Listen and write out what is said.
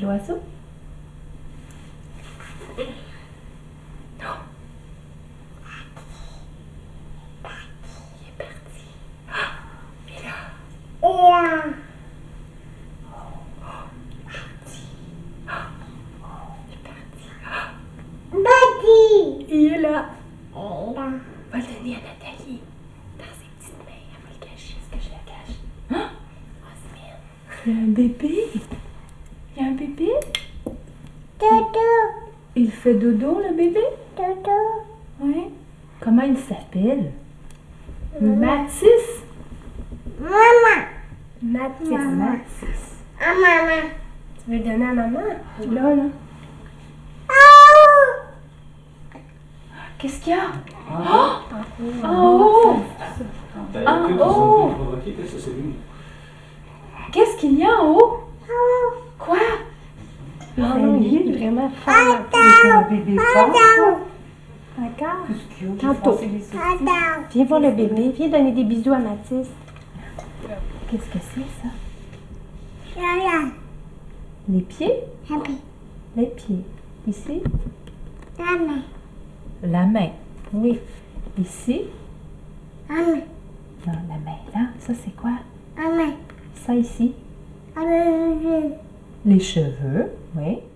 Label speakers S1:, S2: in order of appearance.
S1: l'oiseau Non. Il est parti. Ah, il est là. Oh, gentil. Ah, il est parti. Ah, il est là. Oh. On va le donner à Nathalie. Dans ses petites mains, elle va le cacher. Est-ce que je la cache? Ah! Osmine. Il y a un bébé. Il y a un bébé. Il fait dodo, le bébé? Oui. Comment il s'appelle? Mathis. Mathis.
S2: Maman.
S1: Mathis. Tu veux le donner à maman? Là, là. Oh! Qu'est-ce qu'il y a? Oh! Oh!
S3: D'ailleurs,
S1: Ah,
S3: que vous
S1: oh!
S3: ont provoqué que ça, c'est lui.
S1: Qu'est-ce qu'il y a en haut? Ah, Quoi?
S4: Non, il est vraiment fort.
S2: C'est un bébé fort.
S4: Encore?
S2: Tout ce qui est
S4: Tantôt.
S2: les sourcils.
S4: Viens voir le bébé. Viens donner des bisous à Mathis.
S1: Qu'est-ce que c'est ça? Les pieds? Les pieds. Ici? La main. Oui. Ici? Non, la main. Là, ça c'est quoi? Ça ici? Les cheveux. Oui.